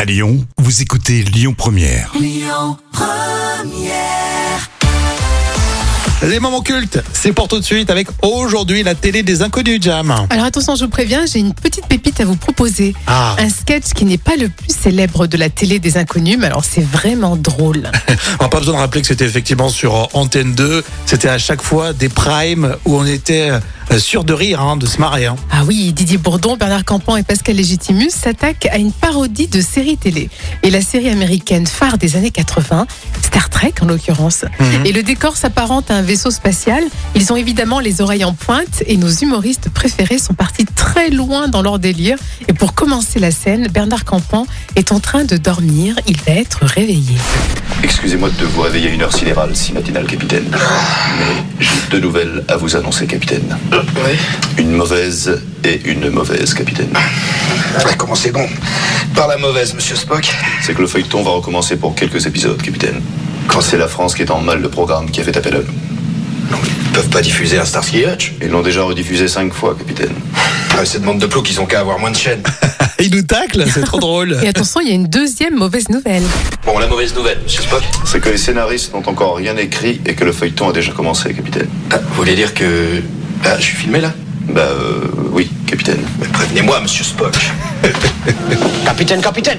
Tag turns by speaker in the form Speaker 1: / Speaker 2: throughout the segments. Speaker 1: À Lyon, vous écoutez Lyon Première.
Speaker 2: Les moments cultes, c'est pour tout de suite avec aujourd'hui la télé des inconnus Jam.
Speaker 3: Alors attention, je vous préviens, j'ai une petite pépite à vous proposer.
Speaker 2: Ah,
Speaker 3: Un sketch qui n'est pas le plus célèbre de la télé des inconnus, mais alors c'est vraiment drôle.
Speaker 2: on n'a pas besoin de rappeler que c'était effectivement sur euh, Antenne 2. C'était à chaque fois des primes où on était euh, sûr de rire, hein, de se marrer. hein.
Speaker 3: Ah oui, Didier Bourdon, Bernard Campan et Pascal Légitimus s'attaquent à une parodie de série télé. Et la série américaine phare des années 80, Star Trek en l'occurrence.
Speaker 2: Mhm.
Speaker 3: Et le décor s'apparente à un vaisseau spatial. Ils ont évidemment les oreilles en pointe et nos humoristes préférés sont partis très loin dans leur délire. Et pour commencer la scène, Bernard Campan est en train de dormir. Il va être réveillé.
Speaker 4: Excusez-moi de vous réveiller à une heure sidérale si matinale, capitaine. Mais j'ai deux nouvelles à vous annoncer, capitaine. Une mauvaise et une mauvaise, capitaine.
Speaker 5: Ah, Comment c'est bon Par la mauvaise, monsieur Spock.
Speaker 4: C'est que le feuilleton va recommencer pour quelques épisodes, capitaine. Quand c'est la France qui est en mal, le programme qui a fait appel à nous.
Speaker 5: Non, mais ils peuvent pas diffuser un Starsky Hutch.
Speaker 4: Ils l'ont déjà rediffusé cinq fois, capitaine.
Speaker 5: Ah, cette bande de plots qu'ils ont qu'à avoir moins de chaînes.
Speaker 2: Ils nous taclent, c'est trop drôle.
Speaker 3: Et attention, il y a une deuxième mauvaise nouvelle.
Speaker 5: Bon, la mauvaise nouvelle, monsieur Spock.
Speaker 4: C'est que les scénaristes n'ont encore rien écrit et que le feuilleton a déjà commencé, capitaine.
Speaker 5: Ah, vous voulez dire que. Ah, je suis filmé là
Speaker 4: Bah, euh, oui, capitaine.
Speaker 5: Mais prévenez-moi, monsieur Spock.
Speaker 6: Capitaine, capitaine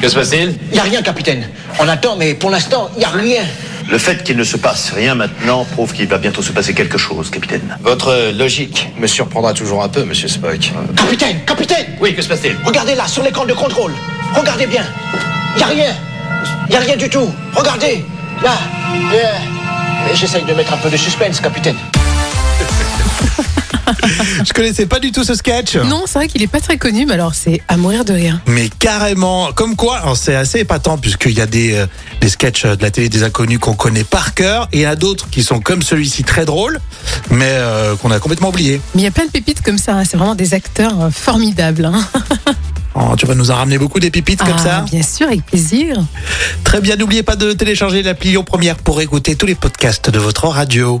Speaker 5: Que se passe-t-il
Speaker 6: Il n'y a rien, capitaine. On attend, mais pour l'instant, il n'y a rien.
Speaker 4: Le fait qu'il ne se passe rien maintenant prouve qu'il va bientôt se passer quelque chose, capitaine.
Speaker 5: Votre logique me surprendra toujours un peu, monsieur Spock.
Speaker 6: Capitaine, capitaine
Speaker 5: Oui, que se passe-t-il
Speaker 6: Regardez là, sur l'écran de contrôle. Regardez bien. Il n'y a rien. Il n'y a rien du tout. Regardez. Là. Euh, mais J'essaye de mettre un peu de suspense, capitaine.
Speaker 2: Je connaissais pas du tout ce sketch.
Speaker 3: ben. Non, c'est vrai qu'il est pas très connu, mais alors c'est à mourir de rire.
Speaker 2: Mais carrément, comme quoi, alors, c'est assez épatant puisqu'il y a des, euh, des sketchs de la télé des inconnus qu'on connaît par cœur et il y en a d'autres qui sont comme celui-ci très drôles, mais euh, qu'on a complètement oublié.
Speaker 3: Mais il y a plein de pépites comme ça, hein. c'est vraiment des acteurs euh, formidables. hein.
Speaker 2: Oh, tu vas nous en ramener beaucoup des pépites comme
Speaker 3: Ah,
Speaker 2: ça.
Speaker 3: Bien sûr, avec plaisir.
Speaker 2: Très bien, n'oubliez pas de télécharger l'appli Lyon Première pour écouter tous les podcasts de votre radio.